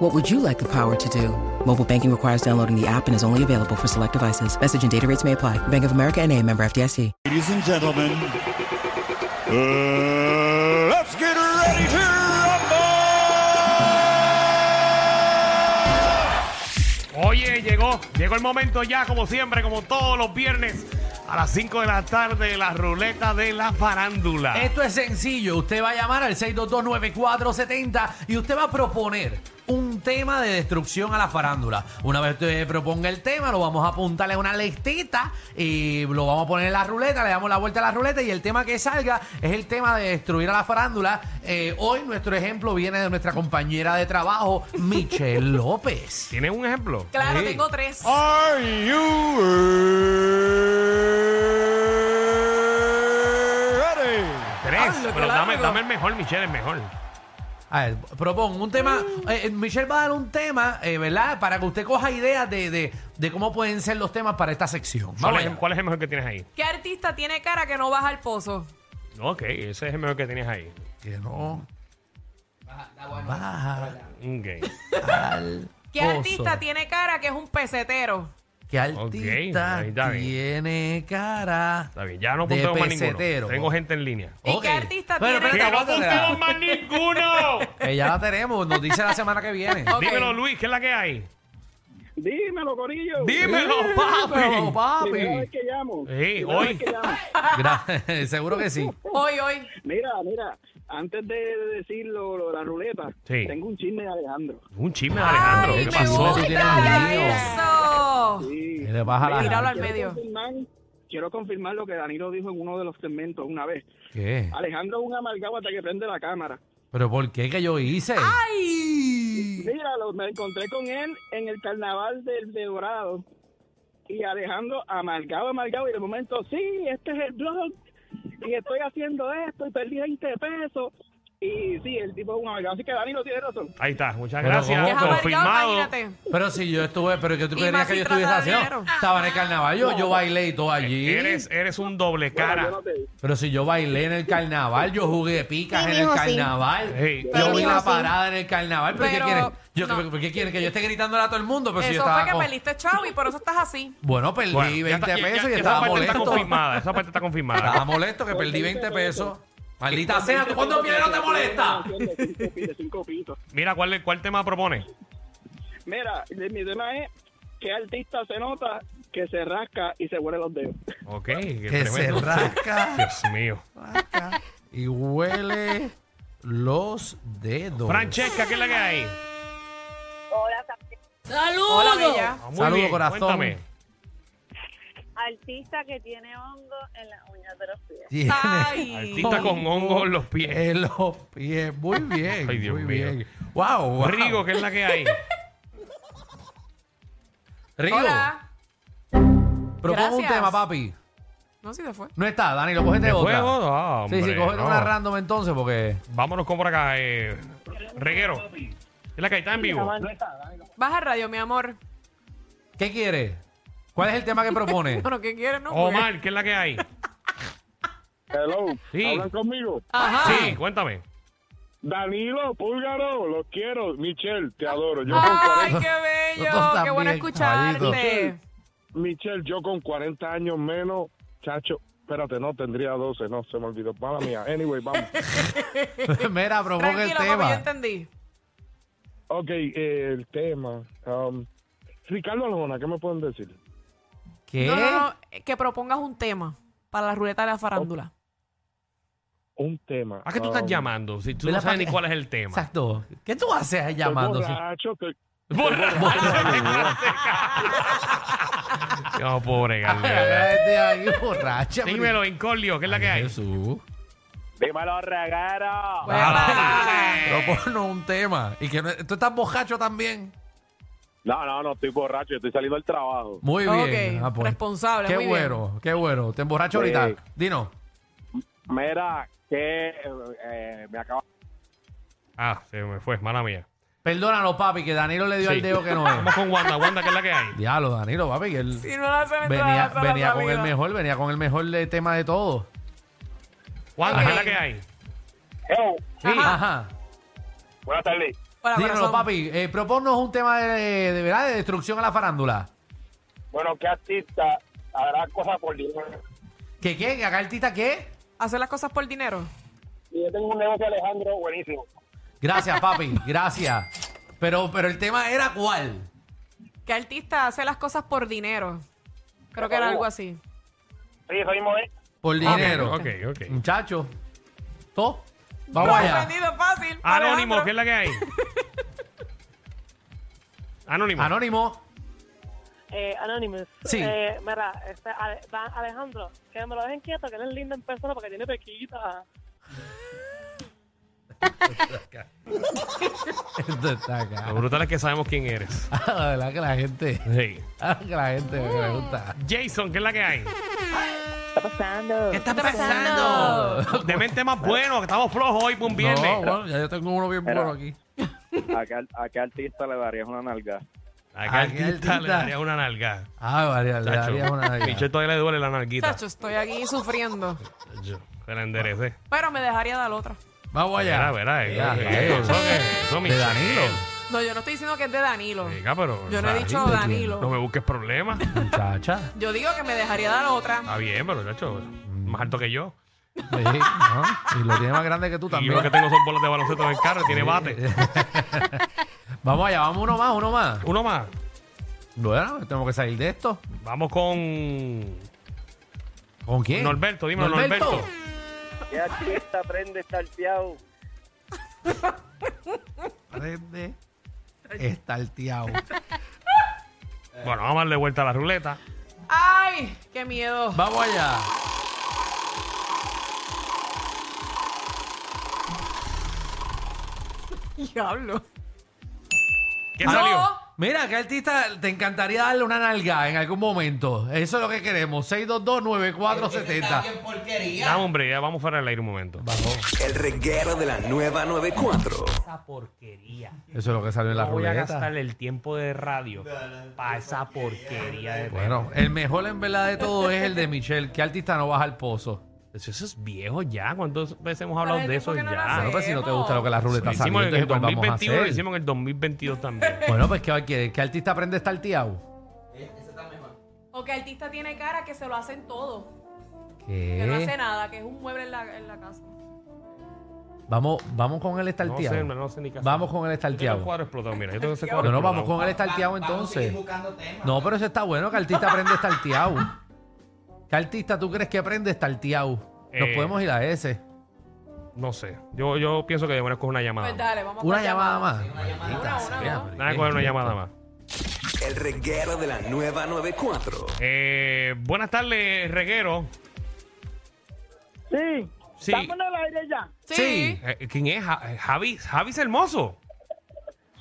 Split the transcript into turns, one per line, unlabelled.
What would you like the power to do? Mobile banking requires downloading the app and is only available for select devices. Message and data rates may apply. Bank of America and a member FDIC.
Ladies and gentlemen, uh, let's get ready to rumble.
Oye, llegó, llegó el momento ya, como siempre, como todos los viernes. A las 5 de la tarde, la ruleta de la farándula.
Esto es sencillo. Usted va a llamar al 6229470 y usted va a proponer un tema de destrucción a la farándula. Una vez usted proponga el tema, lo vamos a apuntarle a una listita y lo vamos a poner en la ruleta, le damos la vuelta a la ruleta y el tema que salga es el tema de destruir a la farándula. Eh, hoy nuestro ejemplo viene de nuestra compañera de trabajo, Michelle López.
¿Tienes un ejemplo?
Claro, tengo tres.
Are you ready?
Tres.
Hazlo,
Pero
claro.
dame, dame el mejor, Michelle, el mejor.
A ver, propongo un tema.
Mm.
eh, eh, Michelle va a dar un tema, eh, ¿verdad? Para que usted coja ideas de, de- de cómo pueden ser los temas para esta sección.
¿Cuál
Vamos
es,
allá.
cuál es el mejor que tienes ahí?
¿Qué artista tiene cara que no baja al pozo?
Ok, ese es el mejor que tienes ahí.
Que no. Baja.
Ok.
al
¿Qué
pozo.
artista tiene cara que es un pesetero?
¿Qué artista
ahí está bien.
tiene cara?
Está bien, ya no
de
apuntemos más ninguno.
pesetero?
Tengo gente en línea.
¿Y
Ok.
qué artista
Bueno, espérate,
tiene
¡Que no
aguántatela.
apuntemos más ninguno!
Que ya la tenemos, nos dice la semana que viene.
Ok.
Dímelo, Luis, ¿qué es la que hay?
Dímelo, Corillo.
Dímelo,
Pero,
papi.
Primera vez
papi.
que llamo.
Sí,
Primera
hoy.
vez que llamo.
Gra- Seguro que sí.
Hoy, hoy.
Mira, mira, antes de decirlo, lo de la ruleta,
Sí.
tengo un chisme de Alejandro.
Un chisme de Alejandro.
¡Ay,
¿Qué
me
pasó?
voy.
gusta
Tú tienes lío.
eso!
Sí.
le baja la-
Míralo al
Quiero
medio.
confirmar- Quiero confirmar lo que Danilo dijo en uno de los segmentos una vez.
¿Qué?
Alejandro es un amargado hasta que prende la cámara.
¿Pero por qué que yo hice?
Ah, ¡Ay!
Mira, lo- me encontré con él en el carnaval del de Dorado. Y Alejandro, amargado, amargado. Y de momento, sí, este es el blog. Y estoy haciendo esto. Y perdí 20 pesos. Y sí, el tipo es un amargado. Así que Danilo tiene razón.
Ahí está, muchas
Pero
gracias.
Es
¿cómo?
amargado,
Confirmado.
imagínate.
Pero si yo estuve, pero que tú
Y
querías
más
que
si
yo estuviese
trata de
haciendo.
dinero.
Estaba en el carnaval, yo, yo bailé y todo allí.
Eres, eres un doble cara.
Bueno, yo no te digo.
Pero si yo bailé en el carnaval, yo jugué de picas
Sí,
en el
mijo, sí.
carnaval.
Sí.
Yo
Pero
vi
mijo,
la
sí.
parada en el carnaval. ¿Pero,
Pero,
qué quieren? Yo,
no.
¿por qué quieren? Que yo esté gritándole a todo el mundo. Pero si yo
Eso
estaba
fue que
con-
perdiste chavo y por eso estás así.
Bueno, perdí
Bueno, ya
20
está- ya-
pesos
ya-
y
ya
estaba
Esa parte está
molesto. Ah.
confirmada. Esa parte está confirmada.
Estaba molesto que perdí 20 pesos. Maldita sea, ¿tú cuando pierdes no te molesta?
De cinco pi- de cinco pitos.
Mira, ¿cuál, cuál tema propone?
Mira, de- mi tema es que artista se nota que se rasca y se huele los dedos.
Ok, qué
Que se
tremendo.
rasca
Dios mío.
rasca, y huele los dedos.
Francesca, ¿qué es la que hay?
Hola, bella.
Ah, muy
Saludos,
bien,
corazón.
Cuéntame.
artista que tiene hongo en las uñas de los pies.
Tiene
¡Ay!
Artista con hongo en los pies.
en los pies. Muy bien,
Ay, Dios
muy
mío.
bien. Wow, wow.
Rigo, ¿qué es la que hay?
Rigo,
Hola.
propongo un
Gracias.
tema, papi.
No, si te fue.
No está, Dani, lo cogete
¿De
otra.
juego? No,
sí, sí,
ah, hombre,
cógete
no.
una random entonces porque...
Vámonos con por acá. eh, Reguero. ¿Qué es la que hay? ¿Está en vivo?
Baja el radio, mi amor.
¿Qué quieres? ¿Cuál es el tema que propone?
Bueno, ¿qué quieres? No, Porque-
Omar, ¿qué es la que hay?
Hello,
Sí. ¿hablan
conmigo?
Ajá.
Ah.
Sí, cuéntame.
Danilo, Púlgaro, los quiero. Michelle, te adoro. Yo
¡Ay, qué
Nosotros
bello! ¡Qué bueno
también,
escucharte!
caballito.
Michelle, yo con 40 años menos, chacho, espérate, no, tendría 12, no, se me olvidó. Mala mía. Anyway, vamos.
Mira, propongo el
Tranquilo, papi, yo
tema.
entendí.
ok, eh, el tema. um, Ricardo Arjona, ¿qué me pueden decir?
¿Qué?
No, no, no, eh, que propongas un tema para la ruleta de la farándula.
Un tema.
¿A qué tú
um,
estás llamando? Si tú
Mira,
no sabes
Oh. pa-
ni cuál es el tema.
Exacto. ¿Qué tú haces ahí
Estoy
llamando? si-
borracho, estoy-
No, Oh, pobre Galera.
Vete ahí, borracha. pero-
Dímelo, Incolio, ¿qué es la que hay?
Jesús.
Dímelo, regalo.
Bueno,
Dale.
Proponos un tema. Y que no- tú estás bojacho también.
No, no, no, estoy borracho, yo estoy saliendo del trabajo.
Muy
Ok,
bien. ah, pues.
responsable,
Qué
muy bien.
bueno, qué bueno. Te emborracho
Sí.
ahorita. Dino.
Mira, que eh, me acaba.
Ah, se me fue, mala mía.
Perdónalo, papi, que Danilo le dio
Sí.
el dedo que no
Vamos
es.
con Wanda, Wanda, que es la que hay.
Diablo, Danilo, papi, que él
Si no la hacen entrar
venía,
a la
venía con
salida.
el mejor, venía con el mejor de tema de todo.
Wanda, que es la que hay.
¡Eh!
Sí.
Ajá.
Ajá.
Buenas tardes.
Hola,
Dímelo,
corazón.
papi, eh, proponnos un tema de, de, ¿verdad? de destrucción a la farándula.
Bueno, ¿qué artista hará cosas por dinero?
¿Qué qué? ¿Que acá artista qué?
Hacer las cosas por dinero.
Y yo tengo un negocio, Alejandro, buenísimo.
Gracias, papi, gracias. Pero, pero el tema era cuál.
¿Qué artista hace las cosas por dinero? Creo que era algo así.
Sí, eso mismo es.
Por dinero.
Ok, ok.
Muchacho. ¿Todo? Vamos
Lo he
allá.
aprendido fácil.
Anónimo,
Alejandro.
¿qué es la que hay? Anónimo.
Anónimo.
Eh, Anonymous.
Sí.
Eh, mira, este, Ale- Dan- Alejandro, que me lo dejen quieto, que él es lindo en persona porque tiene pequita.
Esto está acá.
Lo brutal es que sabemos quién eres.
La verdad que la gente.
Sí.
la verdad que la gente me pregunta.
Jason, ¿qué es la que hay?
está pasando?
está
pasando?
De mente más bueno, que estamos flojos hoy por un
No,
viernes.
bueno, ya yo tengo uno bien bueno aquí.
¿A qué, a qué artista le darías una nalga?
Acá
Aquel
el tita le
tita.
daría una nalga.
Ah, María, le
Chacho.
daría una
Michelle todavía le duele la nalguita.
Chacho, estoy aquí sufriendo.
Chacho, Se la enderecé.
Pero me dejaría dar otra.
Vamos
Verá,
allá.
verá. eh,
Ya,
eh,
ya.
eso que- eso,
De
Michelle.
Danilo.
No, yo no estoy diciendo que es de Danilo.
Venga, pero,
Yo no he
Danilo,
dicho
¿quién?
Danilo.
No me busques problemas.
Muchacha.
Yo digo que me dejaría dar otra.
Está bien, pero chacho, más alto que yo.
Sí, ajá. Y lo tiene más grande que tú
Y yo
también.
lo que tengo son bolas de baloncesto en el carro, tiene bate.
Vamos allá, vamos uno más, uno más.
Uno más.
Bueno, tenemos que salir de esto.
Vamos con
¿Eh?
¿Con quién?
Norberto, dímelo, Norberto.
¿Qué artista prende estarteado?
Prende. Estarteado.
Bueno, vamos a darle vuelta a la ruleta.
¡Ay! ¡Qué miedo!
Vamos allá.
Diablo.
¿Qué
¡No!
salió?
Mira, ¿qué artista te encantaría darle una nalga en algún momento? Eso es lo que queremos. 6229470.
Dame, hombre, ya vamos fuera del aire un momento.
El reguero de la nueva 94.
Esa porquería.
Eso es lo que salió en la ruleta.
el tiempo de radio para esa porquería de
Bueno, el mejor en verdad de todo es el de Michelle. ¿Qué artista no baja al pozo?
Eso, eso es viejo ya. ¿Cuántas veces hemos
Pero
hablado
es
de
tiempo
eso
que no
ya?
nace.
No, pues si no te gusta lo que la ruleta
Lo
salió,
hicimos en el
entonces, ¿cuál vamos a
2021 lo
hacer?
hicimos en el 2022 también.
Bueno, pues ¿qué, qué, qué artista aprende a estar tiao?
O que artista tiene cara que se lo hacen todo. Que no hace
¿Qué?
nada, que es un mueble en la, en la casa.
Vamos, vamos con
No
el
sé,
estarteado.
no sé ni qué hacer.
Vamos con el
Yo tengo el
estarteado.
cuadro explotado, mira. Yo tengo ese cuadro
No, no, vamos
explotado.
con el estarteado entonces. No, pero eso está bueno, que artista aprende estarteado. ¿Qué artista tú crees que aprende estarteado? Nos
Eh,
podemos ir a ese.
No sé. Yo, yo pienso que deberíamos coger una llamada.
Pues dale, vamos
Una
con
llamada más.
Una, una,
Mira,
¿no?
pero
Nada,
¿qué?
coger una llamada más.
El reguero de la nueva 94.
Eh, buenas tardes, reguero.
Sí.
Sí.
Estamos en el aire ya.
Sí.
Sí.
Eh, ¿Quién es? Ja- Javi, Javi es hermoso.